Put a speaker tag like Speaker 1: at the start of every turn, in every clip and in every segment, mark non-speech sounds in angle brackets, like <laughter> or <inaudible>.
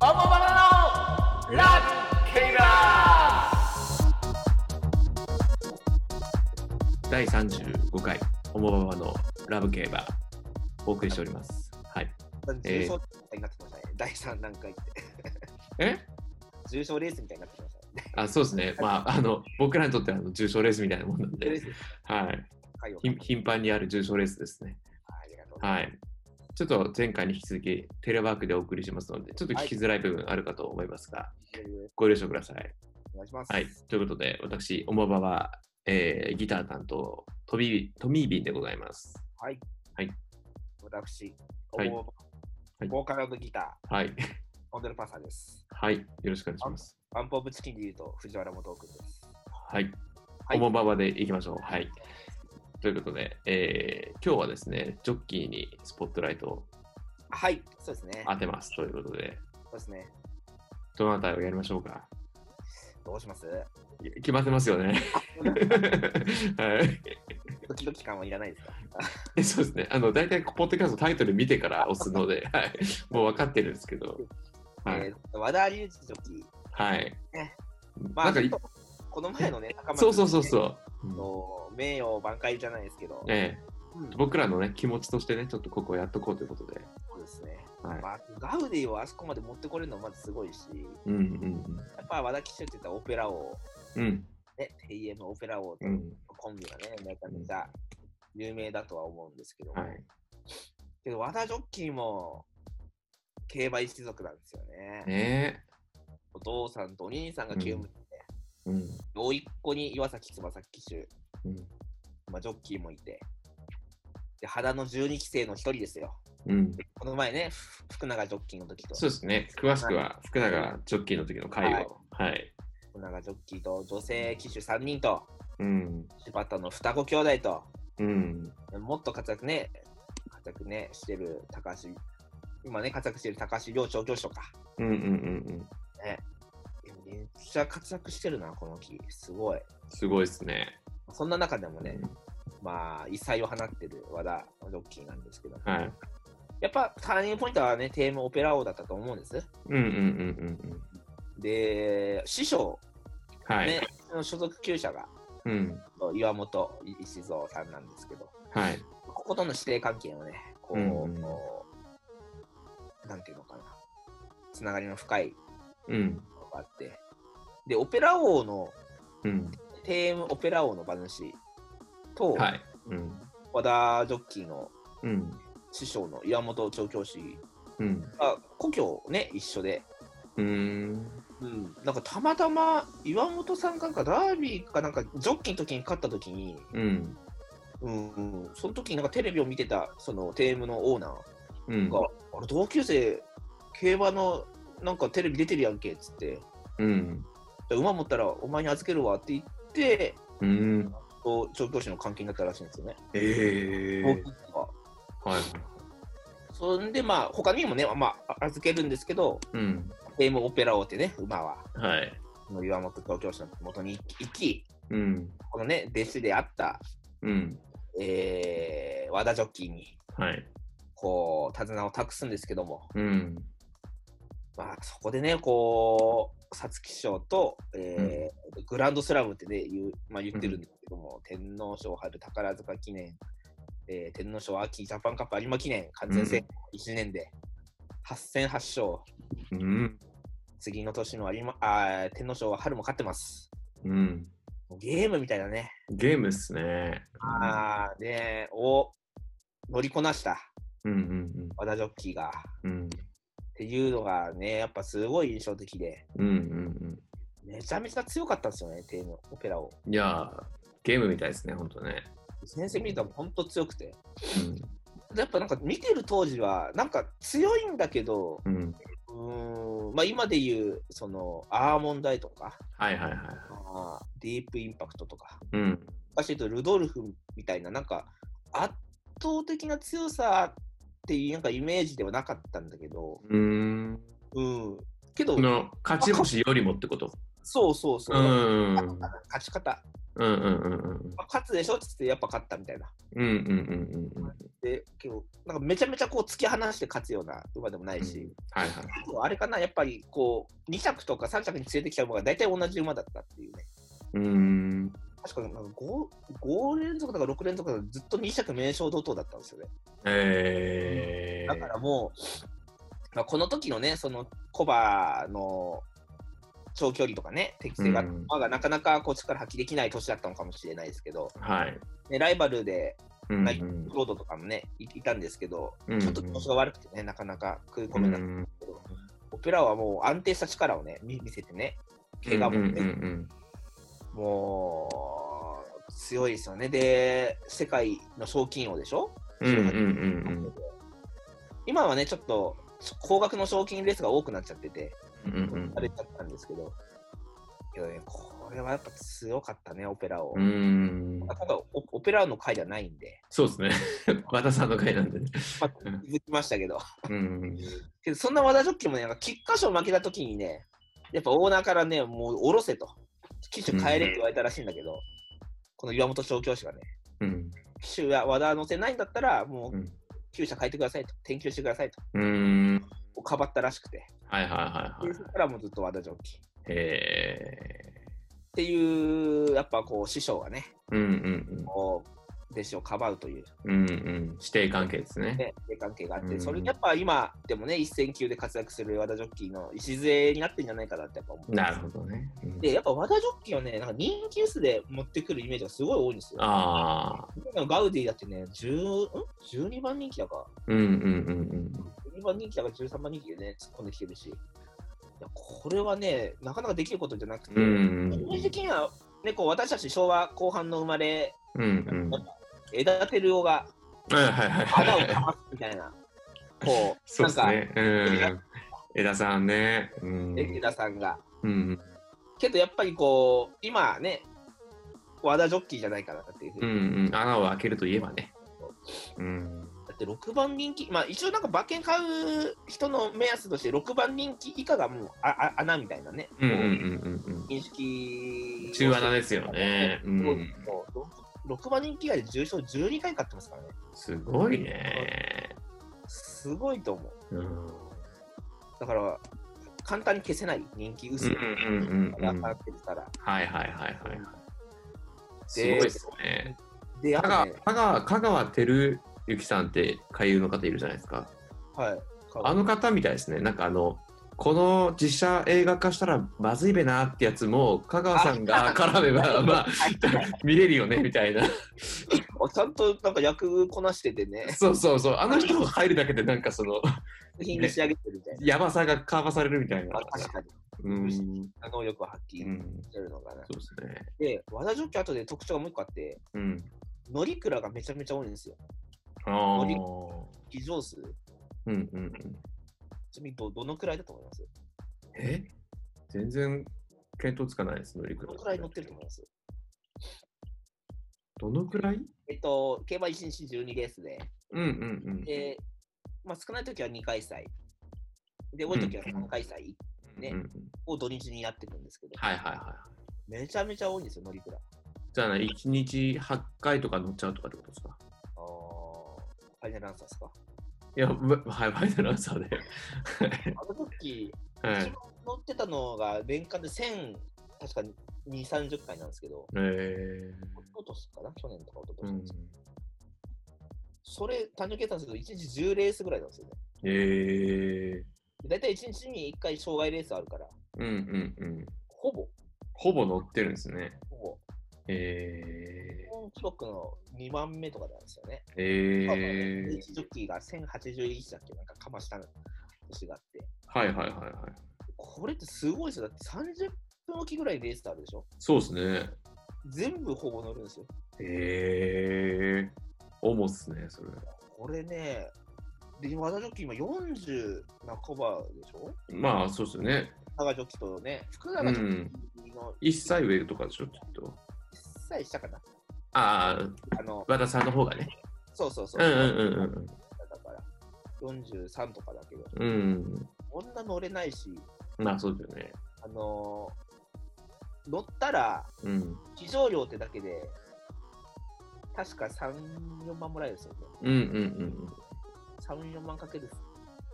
Speaker 1: オモバナのラブケイラ
Speaker 2: 第35回、オモババのラブ競馬、お送りしております。はい。
Speaker 3: 重賞レースみたいになってきましたね。 <laughs> 第3段階って。
Speaker 2: え
Speaker 3: 重賞レースみたいになってきましたね。
Speaker 2: あそうですね。まあ、あの、僕らにとってはあの重賞レースみたいなもんなん
Speaker 3: <laughs> レー
Speaker 2: で、
Speaker 3: ス
Speaker 2: はい。
Speaker 3: 会を
Speaker 2: ひん頻繁にある重賞レースですね。
Speaker 3: ありがとうございま
Speaker 2: はい。ちょっと前回に引き続きテレワークでお送りしますので、ちょっと聞きづらい部分あるかと思いますが、
Speaker 3: す。
Speaker 2: ご了承ください。
Speaker 3: お願いします。
Speaker 2: はい。ということで、私、オモババ、えーギター担当、トビトミービンでございます。
Speaker 3: 私、
Speaker 2: はい
Speaker 3: ボ
Speaker 2: はい
Speaker 3: ーカルギター、
Speaker 2: はい。 <laughs>
Speaker 3: コンドルパーサーです。
Speaker 2: はい。よろしくお願いします。
Speaker 3: ワンポブチキンで言うと藤原元君です。
Speaker 2: はい。
Speaker 3: はい
Speaker 2: オモババでいきましょう。はい。ということで、えー今日はですね、ジョッキーにスポットライトを
Speaker 3: はい、そうですね。
Speaker 2: 当てますということで、
Speaker 3: そうですね。
Speaker 2: どなたをやりましょうか。
Speaker 3: どうします
Speaker 2: い決まってますよね。 <laughs> はい
Speaker 3: ドキドキ感はいらないですか
Speaker 2: え。そうですね。あの、大体、ポッドキャストタイトル見てから押すの
Speaker 3: <laughs>
Speaker 2: で、はい。もう分かってるんですけど。はい。
Speaker 3: えー和田隆二ジョッキー。
Speaker 2: はい。
Speaker 3: ねま
Speaker 2: な
Speaker 3: あ、
Speaker 2: んか
Speaker 3: ちょっ、とこの前のね、仲間。
Speaker 2: そうそうそうそうう。
Speaker 3: あの名誉挽回じゃないですけど、
Speaker 2: ええ
Speaker 3: うん
Speaker 2: 僕らのね、気持ちとしてね、ちょっとここをやっとこうということで。
Speaker 3: そうですね。
Speaker 2: はい。
Speaker 3: まあ、ガウディをあそこまで持ってこれるのはまずすごいし、
Speaker 2: うんうん
Speaker 3: やっぱ和田騎手って言ったらオペラ王、
Speaker 2: うん。うん。
Speaker 3: ね、TM オペラ王と
Speaker 2: うん。
Speaker 3: コンビがね、めちゃめちゃ有名だとは思うんですけども、
Speaker 2: はい。
Speaker 3: けど和田ジョッキーも競馬一族なんですよね。
Speaker 2: ね
Speaker 3: お父さんとお兄さんが9名で、
Speaker 2: え。うん。
Speaker 3: 甥、いっ子に岩崎翼騎手、
Speaker 2: うん。
Speaker 3: まあ、ジョッキーもいて、で花の12期生の一人ですよ。
Speaker 2: うん、
Speaker 3: この前ね、ふ福永ジョッキーの時と、
Speaker 2: そうですね。詳しくは福永ジョッキーの時の回を。はい。
Speaker 3: 福永ジョッキーと女性騎手3人と、
Speaker 2: うん。
Speaker 3: 柴田の双子兄弟と、
Speaker 2: うん。
Speaker 3: もっと活躍ね、活躍ね、してる高橋、今ね、活躍してる高橋亮調教師とか、
Speaker 2: うんうんうんうん。
Speaker 3: めっちゃ活躍してるな、この木、すごい。
Speaker 2: すごいですね。
Speaker 3: そんな中でもね、まあ、異彩を放ってる和田ロッキーなんですけど、
Speaker 2: はい。
Speaker 3: やっぱターニングポイントはね、テーマオペラ王だったと思うんです。
Speaker 2: うんうんうんうんうん。
Speaker 3: で、師匠、
Speaker 2: はい。
Speaker 3: ね、の所属厩舎が
Speaker 2: うん。
Speaker 3: 岩本石蔵さんなんですけど、
Speaker 2: はい。
Speaker 3: こことの師弟関係をね、こう、
Speaker 2: うん
Speaker 3: こうなんていうのかな、つながりの深い
Speaker 2: うん。
Speaker 3: のがあって、で、オペラ王の、
Speaker 2: うん。
Speaker 3: TM オペラ王の馬主と、
Speaker 2: はい。うん。
Speaker 3: 和田ジョッキーの
Speaker 2: うん。
Speaker 3: 師匠の岩本調教師
Speaker 2: うん。
Speaker 3: が、故郷ね、一緒で、
Speaker 2: うーん。
Speaker 3: なんかたまたま岩本さんがなんかダービーかなんか、ジョッキーの時に勝った時に、
Speaker 2: うん。
Speaker 3: うんうん、その時になんかテレビを見てた、その TM のオーナー
Speaker 2: うん。
Speaker 3: が、あれ、同級生、競馬の、なんかテレビ出てるやんけっつって、
Speaker 2: うん。
Speaker 3: じゃあ馬持ったらお前に預けるわって言って、
Speaker 2: うん。
Speaker 3: と調教師の関係になったらしいんですよね。
Speaker 2: ええ
Speaker 3: 同級生が
Speaker 2: はい。
Speaker 3: そんで、まあ、他にもね、まあ、預けるんですけど、
Speaker 2: うん。
Speaker 3: テームオペラ王ってね、馬は、
Speaker 2: はい。
Speaker 3: この岩本調教師の元に行き、
Speaker 2: うん。
Speaker 3: このね、弟子であった、
Speaker 2: うん。
Speaker 3: えー、和田ジョッキーに、
Speaker 2: はい。
Speaker 3: こう、手綱を託すんですけども、
Speaker 2: うん。
Speaker 3: まあ、そこでね、こう、皐月賞と、えーグランドスラムってね、言う、まあ、言ってるんですけども、天皇賞春宝塚記念、えー天皇賞秋ジャパンカップ有馬記念、完全制1年で、8戦8勝、
Speaker 2: うん。
Speaker 3: 次の年の有馬あー天皇賞は春も勝ってます。
Speaker 2: うん。
Speaker 3: もうゲームみたいなね。
Speaker 2: ゲームっすね。
Speaker 3: あーで、を乗りこなした
Speaker 2: うんうん
Speaker 3: 和田ジョッキーが。
Speaker 2: うん。うん。
Speaker 3: っていうのがね、やっぱすごい印象的で、
Speaker 2: うんうん
Speaker 3: めちゃめちゃ強かったんですよね、テーマオペラを。
Speaker 2: うん。いやー、ゲームみたいですね、ほんとね。
Speaker 3: 先生見ると本当強くて。
Speaker 2: う
Speaker 3: でやっぱなんか見てる当時は、なんか強いんだけど、
Speaker 2: ん。うん。
Speaker 3: うーん、まあ今で言う、その、アーモンダイとか、
Speaker 2: はいはいはい。
Speaker 3: あーディープインパクトとか、
Speaker 2: うん。
Speaker 3: 昔言うとルドルフみたいな、なんか圧倒的な強さっていうなんかイメージではなかったんだけど、
Speaker 2: うーん。
Speaker 3: うん、けど
Speaker 2: こ、の勝ち星よりもってこと。
Speaker 3: そうそうそうう。
Speaker 2: んうん
Speaker 3: 勝ち方、
Speaker 2: うんうんうん
Speaker 3: まあ、勝つでしょってってやっぱ勝ったみたいな。
Speaker 2: うんうんうんうんうん
Speaker 3: で結構なんかめちゃめちゃこう突き放して勝つような馬でもないし、
Speaker 2: はいはい
Speaker 3: あとあれかなやっぱりこう2着とか3着に連れてきた馬が大体同じ馬だったっていうね。
Speaker 2: うーん
Speaker 3: 確かなんか 5, 5連続だから6連続だからずっと2着名勝怒涛だったんですよね。
Speaker 2: え
Speaker 3: だからもう、まあ、この時のね、そのコバの長距離とかね、適性が、
Speaker 2: うん
Speaker 3: まあ、なかなかこう力発揮できない年だったのかもしれないですけど、
Speaker 2: ー、はい
Speaker 3: ね、ライバルで
Speaker 2: うん
Speaker 3: はいロードとかもね、いいたんですけど、
Speaker 2: うん
Speaker 3: ちょっと調子が悪くてね、なかなか食い込
Speaker 2: う
Speaker 3: め
Speaker 2: ん
Speaker 3: なくて、オペラはもう安定した力をね、見見せてね、怪我も
Speaker 2: うん
Speaker 3: ね、
Speaker 2: うんうん
Speaker 3: もう強いですよね。で、世界の賞金王でしょ、
Speaker 2: うんうんうん
Speaker 3: 今はね、ちょっと高額の賞金レースが多くなっちゃってて、
Speaker 2: うんうんうん
Speaker 3: あれちゃったんですけど、けどね、これはやっぱ強かったね、オペラを。
Speaker 2: うーん
Speaker 3: まあ今回オ、オペラの回じゃないんで、
Speaker 2: そうですね <laughs> 和田さんの回なんでね
Speaker 3: まあ、気づきましたけど、
Speaker 2: うん
Speaker 3: けどそんな和田ジョッキーもね、なんか菊花賞負けた時にね、やっぱオーナーからね、もう下ろせと、機種変えれって言われたらしいんだけど、この岩本調教師がね、
Speaker 2: うん
Speaker 3: 機種は和田乗せないんだったら、も
Speaker 2: う
Speaker 3: うん旧車変えてくださいと、転休してください
Speaker 2: うーん
Speaker 3: と、かばったらしくて、
Speaker 2: はいはいはい
Speaker 3: で
Speaker 2: はい
Speaker 3: そしたらもうずっと和田ジョッキー。っ
Speaker 2: へえ
Speaker 3: ていう、やっぱこう、師匠がね、
Speaker 2: うんうん
Speaker 3: こう弟子をかばうという。
Speaker 2: うんうんうん師弟関係ですね
Speaker 3: ね、性関係があって、
Speaker 2: うん
Speaker 3: それやっぱ今でもね、一戦級で活躍する和田ジョッキーの礎になってんじゃないかなってやっぱ思う。
Speaker 2: なるほどねうん
Speaker 3: で、やっぱ和田ジョッキーはね、なんか人気薄で持ってくるイメージがすごい多いんですよ。
Speaker 2: ああ
Speaker 3: ガウディだってね、10ん12番人気だか、
Speaker 2: うんうんうん
Speaker 3: 12番人気だか13番人気でね、突っ込んできてるし、いやこれはね、なかなかできることじゃなくて、
Speaker 2: うんうん
Speaker 3: 基本的には、ね、こう私たち昭和後半の生まれ、
Speaker 2: うんうんうん
Speaker 3: 枝照夫が
Speaker 2: はいはいはい
Speaker 3: 穴を
Speaker 2: はい
Speaker 3: かますみたいな、こう、
Speaker 2: そうで
Speaker 3: なん
Speaker 2: す
Speaker 3: か、 <laughs>
Speaker 2: ねうん江田さんね <laughs> うん
Speaker 3: 江田さんが。
Speaker 2: うん
Speaker 3: けどやっぱりこう今ね和田ジョッキーじゃないかなっていうふう
Speaker 2: う
Speaker 3: に、
Speaker 2: んうん穴を開けるといえばねうん
Speaker 3: だって6番人気まあ一応なんか馬券買う人の目安として6番人気以下がもうああ穴みたいなね、
Speaker 2: うんうんうんうんうん
Speaker 3: 認識
Speaker 2: 中穴ですよねうん
Speaker 3: もうもう 6, 番人気以外で重賞12回買ってますからね
Speaker 2: すごいね
Speaker 3: すごいと思う
Speaker 2: うん
Speaker 3: だから簡単に消せない人気薄
Speaker 2: うんうんうんうん
Speaker 3: がってるから
Speaker 2: はいはいはいはいはいすごいですね
Speaker 3: でやっ
Speaker 2: 香
Speaker 3: ぱ
Speaker 2: 川
Speaker 3: ね
Speaker 2: 香川香川照之さんって俳優の方いるじゃないですか
Speaker 3: はい
Speaker 2: あの方みたいですねなんかあのこの実写映画化したらまずいべなってやつも香川さん <laughs> が絡めばまあ見れるよねみたいな <laughs>
Speaker 3: ちゃんとなんか役こなしててね
Speaker 2: そうそうそうあの人が入るだけでなんかその
Speaker 3: 作品に仕上げてるみたいな、
Speaker 2: やばさがかわされるみたいな
Speaker 3: あ確かに
Speaker 2: うん
Speaker 3: 能力を発
Speaker 2: う
Speaker 3: 揮し
Speaker 2: ん
Speaker 3: てるのかな。
Speaker 2: そうですね
Speaker 3: で、和田ジョッキー後で特徴がもう一個あって、
Speaker 2: うん
Speaker 3: 乗り倉がめちゃめちゃ多いんですよ。
Speaker 2: ああ
Speaker 3: ノリ非常数。
Speaker 2: うんうんうん
Speaker 3: ちなみにどどのくらいだと思います
Speaker 2: え全然見当つかないですのりく
Speaker 3: どのくらい乗ってると思います
Speaker 2: どのくらい
Speaker 3: えっと、競馬1日12レースで、
Speaker 2: うんうん
Speaker 3: で、まあ、少ない時は2開催。で、多い時は3開催
Speaker 2: うん
Speaker 3: ね
Speaker 2: うんうん
Speaker 3: を土日にやっていくんですけど、
Speaker 2: はいはいはい
Speaker 3: めちゃめちゃ多いんですよ、乗り倉。あ
Speaker 2: じゃあね、1日8回とか乗っちゃうとかってことですか
Speaker 3: ーファイナルアンサーですか。
Speaker 2: いや、ぶはい、ファイナルアンサーで。
Speaker 3: あの時、
Speaker 2: は
Speaker 3: 一
Speaker 2: い
Speaker 3: 番。乗ってたのが年間で1000、確かに2、30回なんですけど、
Speaker 2: え
Speaker 3: 一昨年かな去年とか一昨
Speaker 2: ー、う
Speaker 3: 年、
Speaker 2: ん。
Speaker 3: それ単純計算すると1日10レースぐらいなんですよね。
Speaker 2: えー、
Speaker 3: だいたい1日に1回障害レースあるから、
Speaker 2: うんうんうん。
Speaker 3: ほぼ、
Speaker 2: ほぼ乗ってるんですね。
Speaker 3: ほぼ、
Speaker 2: え
Speaker 3: 日本記録の2番目とかなんですよね。
Speaker 2: ー、えー、
Speaker 3: 1ジョッキーが1081だっけなんかかました年があって。
Speaker 2: はいはいはいはい。
Speaker 3: これってすごいですよ。だって30分おきぐらいレースってあるでしょ
Speaker 2: そうですね。
Speaker 3: 全部ほぼ乗るんですよ。
Speaker 2: えー、重っすね、それ。
Speaker 3: これね、で、今、和田ジョッキー今40半ばでしょ
Speaker 2: まあ、そうですよね。
Speaker 3: 長ジョッキーとね、福
Speaker 2: う
Speaker 3: 永ジョッ
Speaker 2: ん。
Speaker 3: キーの
Speaker 2: 1歳上とかでしょ、ちょっと。
Speaker 3: 1歳下かな。
Speaker 2: ああ、
Speaker 3: あの、
Speaker 2: 和田さんの方がね。
Speaker 3: そうそうそうう。
Speaker 2: んうんうんうん
Speaker 3: だから、43とかだけど、
Speaker 2: うん。
Speaker 3: こんな乗れないし、
Speaker 2: うん。まあ、そうですよね。
Speaker 3: あのー乗ったら、
Speaker 2: うん。
Speaker 3: 非常料ってだけで、確か3、4万もらえるんですよね。
Speaker 2: うんうん
Speaker 3: 3、4万かける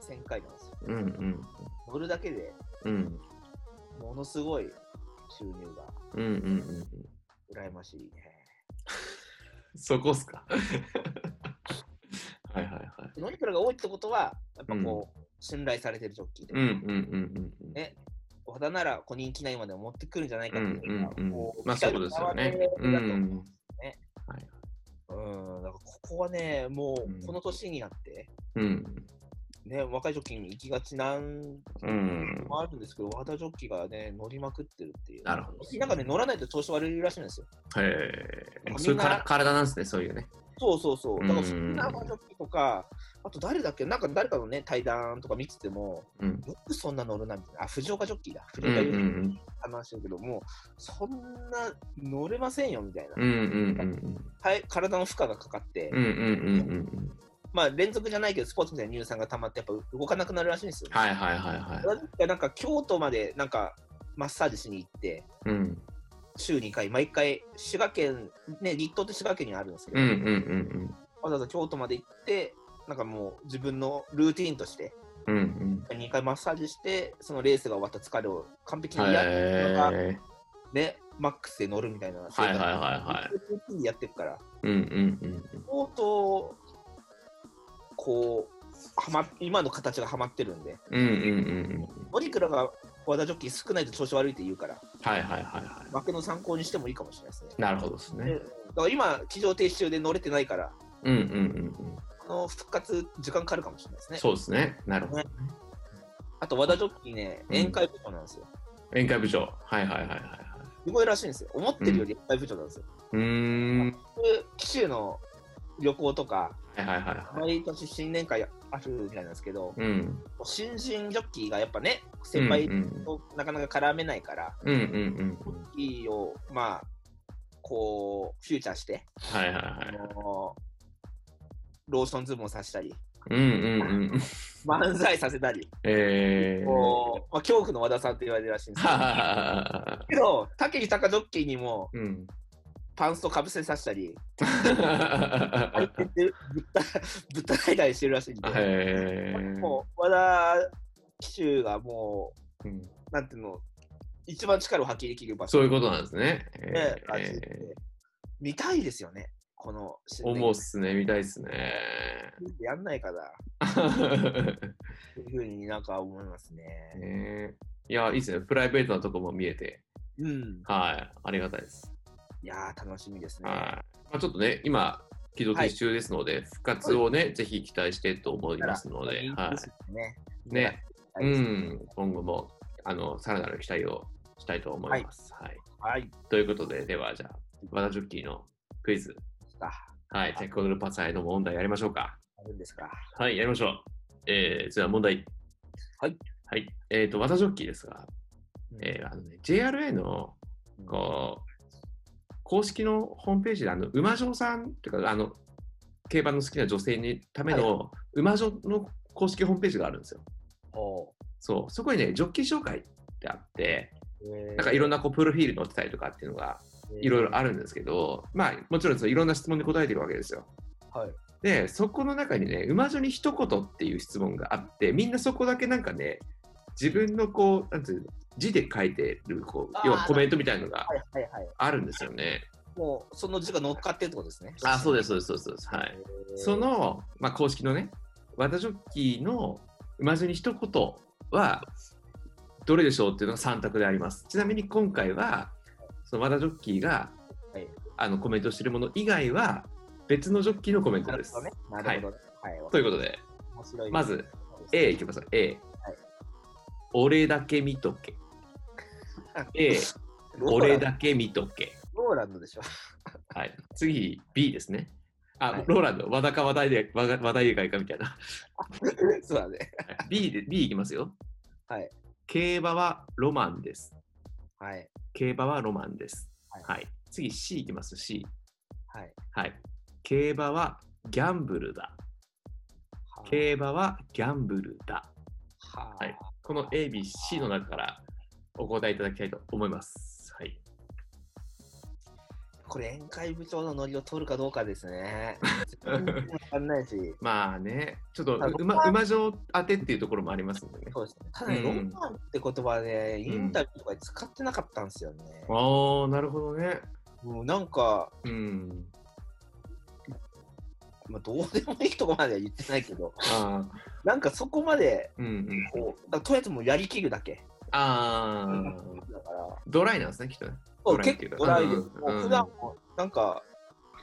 Speaker 3: 1000回なんですよ。
Speaker 2: うんうんうん
Speaker 3: 乗るだけで
Speaker 2: うん
Speaker 3: ものすごい収入が
Speaker 2: うんうんうん
Speaker 3: 羨ましいね。
Speaker 2: そこっすか <laughs> はいはいはい
Speaker 3: ノリプラが多いってことは、やっぱこう、信頼されてるジョッキーで、
Speaker 2: うんうんうんうんうん
Speaker 3: ね和田ならこう人気ないまで持ってくるんじゃないか
Speaker 2: う
Speaker 3: って
Speaker 2: ん
Speaker 3: いううの
Speaker 2: ん
Speaker 3: が
Speaker 2: うん
Speaker 3: こう
Speaker 2: まあそういうことですよね
Speaker 3: 期待を
Speaker 2: う
Speaker 3: 変わってるだと
Speaker 2: ん
Speaker 3: ね
Speaker 2: はい
Speaker 3: うん、だからここはね、も
Speaker 2: うん
Speaker 3: うこの年になって、
Speaker 2: うん
Speaker 3: ね、若いジョッキーに行きがちなん
Speaker 2: うん
Speaker 3: もあるんですけど、和田ジョッキーがね、乗りまくってるっていう。
Speaker 2: なるほど
Speaker 3: なんかね、乗らないと調子悪いらしいんですよ。
Speaker 2: へ
Speaker 3: み
Speaker 2: え
Speaker 3: んな
Speaker 2: そういうから体なんですねそういうね
Speaker 3: そうそうそう。だから、
Speaker 2: うん
Speaker 3: そんな和田ジョッキーとか、あと誰だっけ、なんか誰かのね、対談とか見てても、
Speaker 2: うん
Speaker 3: よくそんな乗るなみたいな。あ、藤岡ジョッキーだ。
Speaker 2: うん
Speaker 3: 藤
Speaker 2: う
Speaker 3: 岡ジョッキー
Speaker 2: ん
Speaker 3: 話してるけども、そんな乗れませんよみたいな、
Speaker 2: うんうんうんうん
Speaker 3: はい、体の負荷がかかって、
Speaker 2: うんうんうんうんうん
Speaker 3: まあ連続じゃないけど、スポーツみたいな乳酸が溜まって、やっぱ動かなくなるらしいんですよ、ね。
Speaker 2: はいはいはいは
Speaker 3: 私がなんか京都までなんかマッサージしに行って、
Speaker 2: いうん
Speaker 3: 週2回、毎回、滋賀県、ね、立東って滋賀県にあるんですけ
Speaker 2: う
Speaker 3: ど、
Speaker 2: んうん
Speaker 3: わざわざ京都まで行って、なんかもう自分のルーティーンとして、
Speaker 2: うんうんうん
Speaker 3: 2回マッサージして、そのレースが終わった疲れを完璧
Speaker 2: は
Speaker 3: に
Speaker 2: い
Speaker 3: や
Speaker 2: はい
Speaker 3: っ
Speaker 2: はい
Speaker 3: なんか
Speaker 2: はい
Speaker 3: ね、マックスで乗るみたいな、
Speaker 2: はいは
Speaker 3: そういうルーティーンやってるから、
Speaker 2: いうんうんうん
Speaker 3: 相当こうはま今の形がはまってるんで
Speaker 2: うんうんうんうん
Speaker 3: オリクラが和田ジョッキー少ないと調子悪いって言うから
Speaker 2: はいはいはいは
Speaker 3: 負けの参考にしてもいいかもしれないですね
Speaker 2: いなるほどですね
Speaker 3: でだから今騎乗停止中で乗れてないから
Speaker 2: うんうんうん
Speaker 3: この復活時間かかるかもしれないです
Speaker 2: うん
Speaker 3: ね
Speaker 2: そうですねなるほどね
Speaker 3: あと和田ジョッキーね
Speaker 2: うん
Speaker 3: 宴会部長なんですよ、
Speaker 2: 宴会部長はいはいはいはいはい
Speaker 3: すごいらしいんですよ思ってるより宴会部長なんですよ、
Speaker 2: うーん
Speaker 3: で紀州の旅行とか
Speaker 2: はいはいはいはい
Speaker 3: 毎年新年会あるみたいなんですけど
Speaker 2: うん
Speaker 3: 新人ジョッキーがやっぱね先輩
Speaker 2: うん
Speaker 3: となかなか絡めないから、
Speaker 2: うんうんうんうんうん
Speaker 3: いいを、まあ、こう、フューチャーして、
Speaker 2: はいはい
Speaker 3: あ
Speaker 2: はい
Speaker 3: のローションズボンさせたり、
Speaker 2: うんうんうん
Speaker 3: 漫才させたり、
Speaker 2: えー
Speaker 3: こうまあ、恐怖の和田さんって言われるらしいんです
Speaker 2: はははは
Speaker 3: けど、けど、武豊ジョッキーにも
Speaker 2: <laughs> うん
Speaker 3: パンストかぶせさせたり、相手でぶったぶったたいたりしてるらしいんで、
Speaker 2: <laughs> へー
Speaker 3: もう和田騎手がも
Speaker 2: うん
Speaker 3: う、なんていうの、一番力を発揮できる場所
Speaker 2: そういうことなんですね。え
Speaker 3: で、らしいんで
Speaker 2: ー
Speaker 3: 見たいですよね、この新年
Speaker 2: 思うっすね、見たいっすね。
Speaker 3: やんないかな。っていうふうになんか思いますね。
Speaker 2: <laughs> ねいや、いいっすね。プライベートなとこも見えて、
Speaker 3: うん。
Speaker 2: はい、ありがたいです。
Speaker 3: いやー、楽しみですね。
Speaker 2: はい。まあ、ちょっとね、今、起動停止中ですので、復活をね、ぜひ期待してと思いますので、
Speaker 3: 人気
Speaker 2: は
Speaker 3: ですよね。
Speaker 2: い。ね、
Speaker 3: は
Speaker 2: う
Speaker 3: い。
Speaker 2: ん、今後も、あの、さらなる期待をしたいと思います。はい。
Speaker 3: はい。
Speaker 2: ということで、では、じゃあ、和田ジョッキーのクイズ、
Speaker 3: あ、
Speaker 2: はい、テックオドルパサイの問題やりましょうか。
Speaker 3: あるんですか。
Speaker 2: はい、やりましょう。えー、じゃあ問題。
Speaker 3: はい。
Speaker 2: はい。えっ、と、私ジョッキーですが、えーあのね、JRA の、
Speaker 3: うん
Speaker 2: こう、公式のホームページで、あの、馬女さんというか、あの、競馬の好きな女性にための、馬女の公式ホームページがあるんですよ。
Speaker 3: ほ
Speaker 2: そう、そこにね、ジョッキー紹介ってあって、
Speaker 3: うえー
Speaker 2: なんかいろんなこうプロフィール載ってたりとかっていうのがいろいろあるんですけど、まあ、もちろんそのいろんな質問に答えていくわけですよ。
Speaker 3: はい。
Speaker 2: でそこの中にね馬女に一言っていう質問があってみんなそこだけなんかね自分のこうなんていうの字で書いてるこ
Speaker 3: あ
Speaker 2: う
Speaker 3: ー
Speaker 2: 要はコメントみたいのが
Speaker 3: はいはいはい。
Speaker 2: あるんですよね。
Speaker 3: もう、その字が乗っかってるってことですね。
Speaker 2: あそうですそうですそうですそうです。はい、
Speaker 3: えー
Speaker 2: そ、の、まあ、公式のね和田ジョッキーの馬女に一言はどれでしょうっていうのが3択であります。ちなみに今回はその和田ジョッキーが、
Speaker 3: はい
Speaker 2: あのコメントしてるもの以外は別のジョッキーのコメント
Speaker 3: なる
Speaker 2: です
Speaker 3: ほど。ね。なるほどね。はい。
Speaker 2: ということで
Speaker 3: 面白い。
Speaker 2: まず、A いきますよ A、俺だけ見とけ A 俺だけ見とけ
Speaker 3: ローランドで
Speaker 2: <laughs>
Speaker 3: しょ。
Speaker 2: はい次 B ですねあ、
Speaker 3: はい
Speaker 2: ローランド和田か和田で和田和田以外かみたいな
Speaker 3: そうだね。
Speaker 2: はい <laughs> B で B いきますよ
Speaker 3: はい
Speaker 2: 競馬はロマンです
Speaker 3: はい。
Speaker 2: 競馬はロマンですは
Speaker 3: はいい、
Speaker 2: 次 C いきます C
Speaker 3: はい。
Speaker 2: はい競馬はギャンブルだ競馬はギャンブルだ
Speaker 3: は
Speaker 2: はいこの ABC の中からお答えいただきたいと思いますはい。
Speaker 3: これ、宴会部長のノリを取るかどうかで
Speaker 2: <laughs>
Speaker 3: すね。全然わかんないし。
Speaker 2: まあね、ちょっと
Speaker 3: あ
Speaker 2: 馬馬上当てっていうところもありますんでね。
Speaker 3: そうですね。ただね、
Speaker 2: うん
Speaker 3: ロマンって言葉ね、インタビューとかで使ってなかったんですよね。
Speaker 2: ああ、なるほどね。
Speaker 3: もうなんか、
Speaker 2: うん。
Speaker 3: まあ、どうでもいいとこまでは言ってないけど、 <laughs>
Speaker 2: ああ、
Speaker 3: なんかそこまで、
Speaker 2: うんうん。
Speaker 3: こう、だからとりあえずもうやりきるだけ。
Speaker 2: あ
Speaker 3: だ
Speaker 2: あ、
Speaker 3: から、
Speaker 2: ドライなんですね、きっとね。
Speaker 3: そう
Speaker 2: ドライってい
Speaker 3: 結
Speaker 2: うか
Speaker 3: 構ドライで、
Speaker 2: うん
Speaker 3: もう普段もなんか、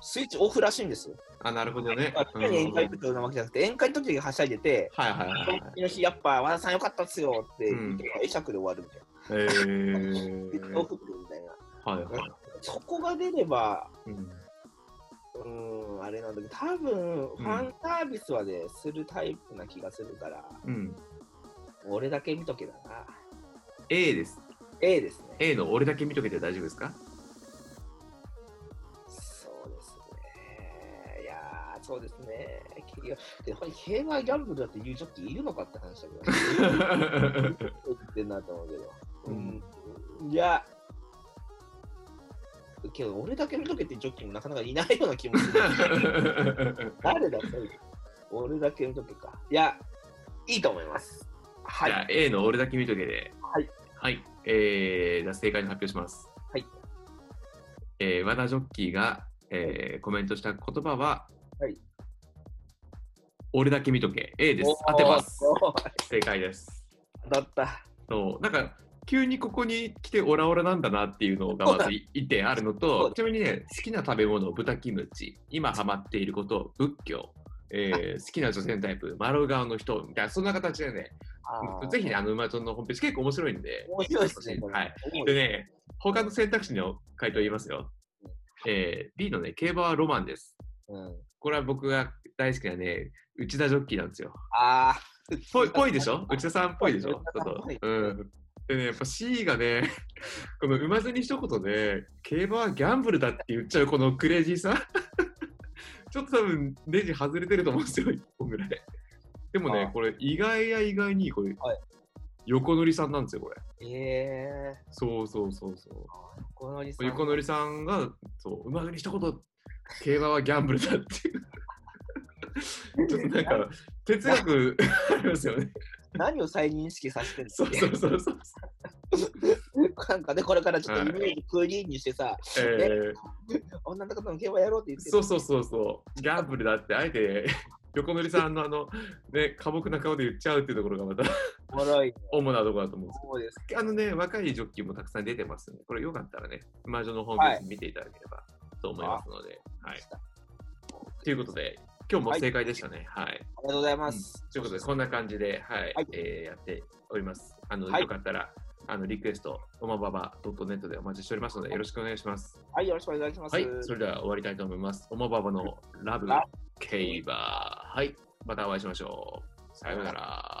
Speaker 3: スイッチオフらしいんですよ。
Speaker 2: あなるほどね。
Speaker 3: まあ、
Speaker 2: う
Speaker 3: 確
Speaker 2: んは
Speaker 3: か
Speaker 2: い
Speaker 3: に宴会部長なわけじゃなくて、宴会の時だけはしゃいでて、
Speaker 2: はいはいはい。
Speaker 3: 次の日、やっぱ和田さんよかったっすよって言って、会釈で終わるみたい
Speaker 2: えー、
Speaker 3: な。オフみたいな。
Speaker 2: はいはい。
Speaker 3: そこが出れば、
Speaker 2: うん
Speaker 3: うーん、あれなんだけど、多分ファンサービスはね、するタイプな気がするから、
Speaker 2: うん。
Speaker 3: 俺だけ見とけだな。
Speaker 2: A です。
Speaker 3: A ですね。
Speaker 2: A の俺だけ見とけて大丈夫ですか
Speaker 3: そうですね。いやー、そうですね。競馬でこれ競馬ギャンブルだって言うジョッキーいるのかって話だけど、言 <laughs> ってんなと思うけど。うん、いや、けど俺だけ見とけってジョッキーもなかなかいないような気もす
Speaker 2: <laughs>
Speaker 3: る。誰だ、それ。俺だけ見とけか。いや、いいと思います。は
Speaker 2: じゃあ
Speaker 3: い。
Speaker 2: A の俺だけ見とけで。
Speaker 3: はい。
Speaker 2: はい。えー、じゃあ正解の発表します。
Speaker 3: はい。
Speaker 2: えー、和田ジョッキーが、えー、コメントした言葉は、
Speaker 3: はい。
Speaker 2: 俺だけ見とけ。A です
Speaker 3: おー。
Speaker 2: 当てます。
Speaker 3: おー
Speaker 2: 正解です。
Speaker 3: 当たった。
Speaker 2: そうなんか急にここに来てオラオラなんだなっていうのがまず1点あるの
Speaker 3: そう
Speaker 2: と
Speaker 3: だ
Speaker 2: ちなみにね好きな食べ物豚キムチ今ハマっていること仏教、えー好きな女性のタイプ丸顔の人みたいなそんな形でね
Speaker 3: あー
Speaker 2: ぜひねあの馬ちゃんのホームページ結構面白いんで
Speaker 3: 面白いですね。これ
Speaker 2: はい、でね他の選択肢の回答言いますよ
Speaker 3: うん、
Speaker 2: えー B のね競馬はロマンです
Speaker 3: うん、
Speaker 2: これは僕が大好きなね内田ジョッキーなんですよ
Speaker 3: ああ。
Speaker 2: ぽいぽいでしょ内田さんっぽいでしょち
Speaker 3: 内田
Speaker 2: ょっ
Speaker 3: さんっ
Speaker 2: と
Speaker 3: ぽい。
Speaker 2: うん。でね、やっぱ C がね、 <laughs> この馬ずに一言で、競馬はギャンブルだって言っちゃうこのクレイジーさ。 <laughs> ちょっと多分、ネジ外れてると思うんですよ、1本ぐらい。でも
Speaker 3: あ
Speaker 2: ね
Speaker 3: ー、
Speaker 2: これ、意外や意外に、これ、
Speaker 3: はい
Speaker 2: 横乗りさんなんですよ、これ。
Speaker 3: え
Speaker 2: そうそうそうそう。
Speaker 3: ー、横乗りさん。
Speaker 2: 横乗りさんが、そう、馬ずに一言、競馬はギャンブルだっていう。 <laughs> ちょっとなんか、哲学ありますよね。
Speaker 3: 何を再認識させてる
Speaker 2: そうそうそうそう。
Speaker 3: なんかね、これからちょっとイメージクリーンにしてさ、
Speaker 2: えー
Speaker 3: 女の方の競馬やろうって言って
Speaker 2: そう
Speaker 3: る。
Speaker 2: そうそうそう、ギャンブルだって、あえ <laughs> て横乗りさんのあの、ね、寡黙な顔で言っちゃうっていうところがまた <laughs>
Speaker 3: おもろい。
Speaker 2: 主なところだと思うんです
Speaker 3: そうです。
Speaker 2: けど、あのね、若いジョッキーもたくさん出てますんで、これよかったらね、魔女のホームページ見ていただければと思いますので、はい。ということで、今日も正解でしたね。はい。
Speaker 3: ありがとうございます。
Speaker 2: ということで、こんな感じで、はい、
Speaker 3: はい
Speaker 2: えーやっております。あの、
Speaker 3: はい
Speaker 2: よかったら、あの、リクエスト、おまばば .net でお待ちしておりますので、よろしくお願いします。
Speaker 3: はい、よろしくお願いします。
Speaker 2: はい、それでは終わりたいと思います。おもばばのラブ
Speaker 3: ラ
Speaker 2: 競馬。はい、またお会いしましょう。さようなら。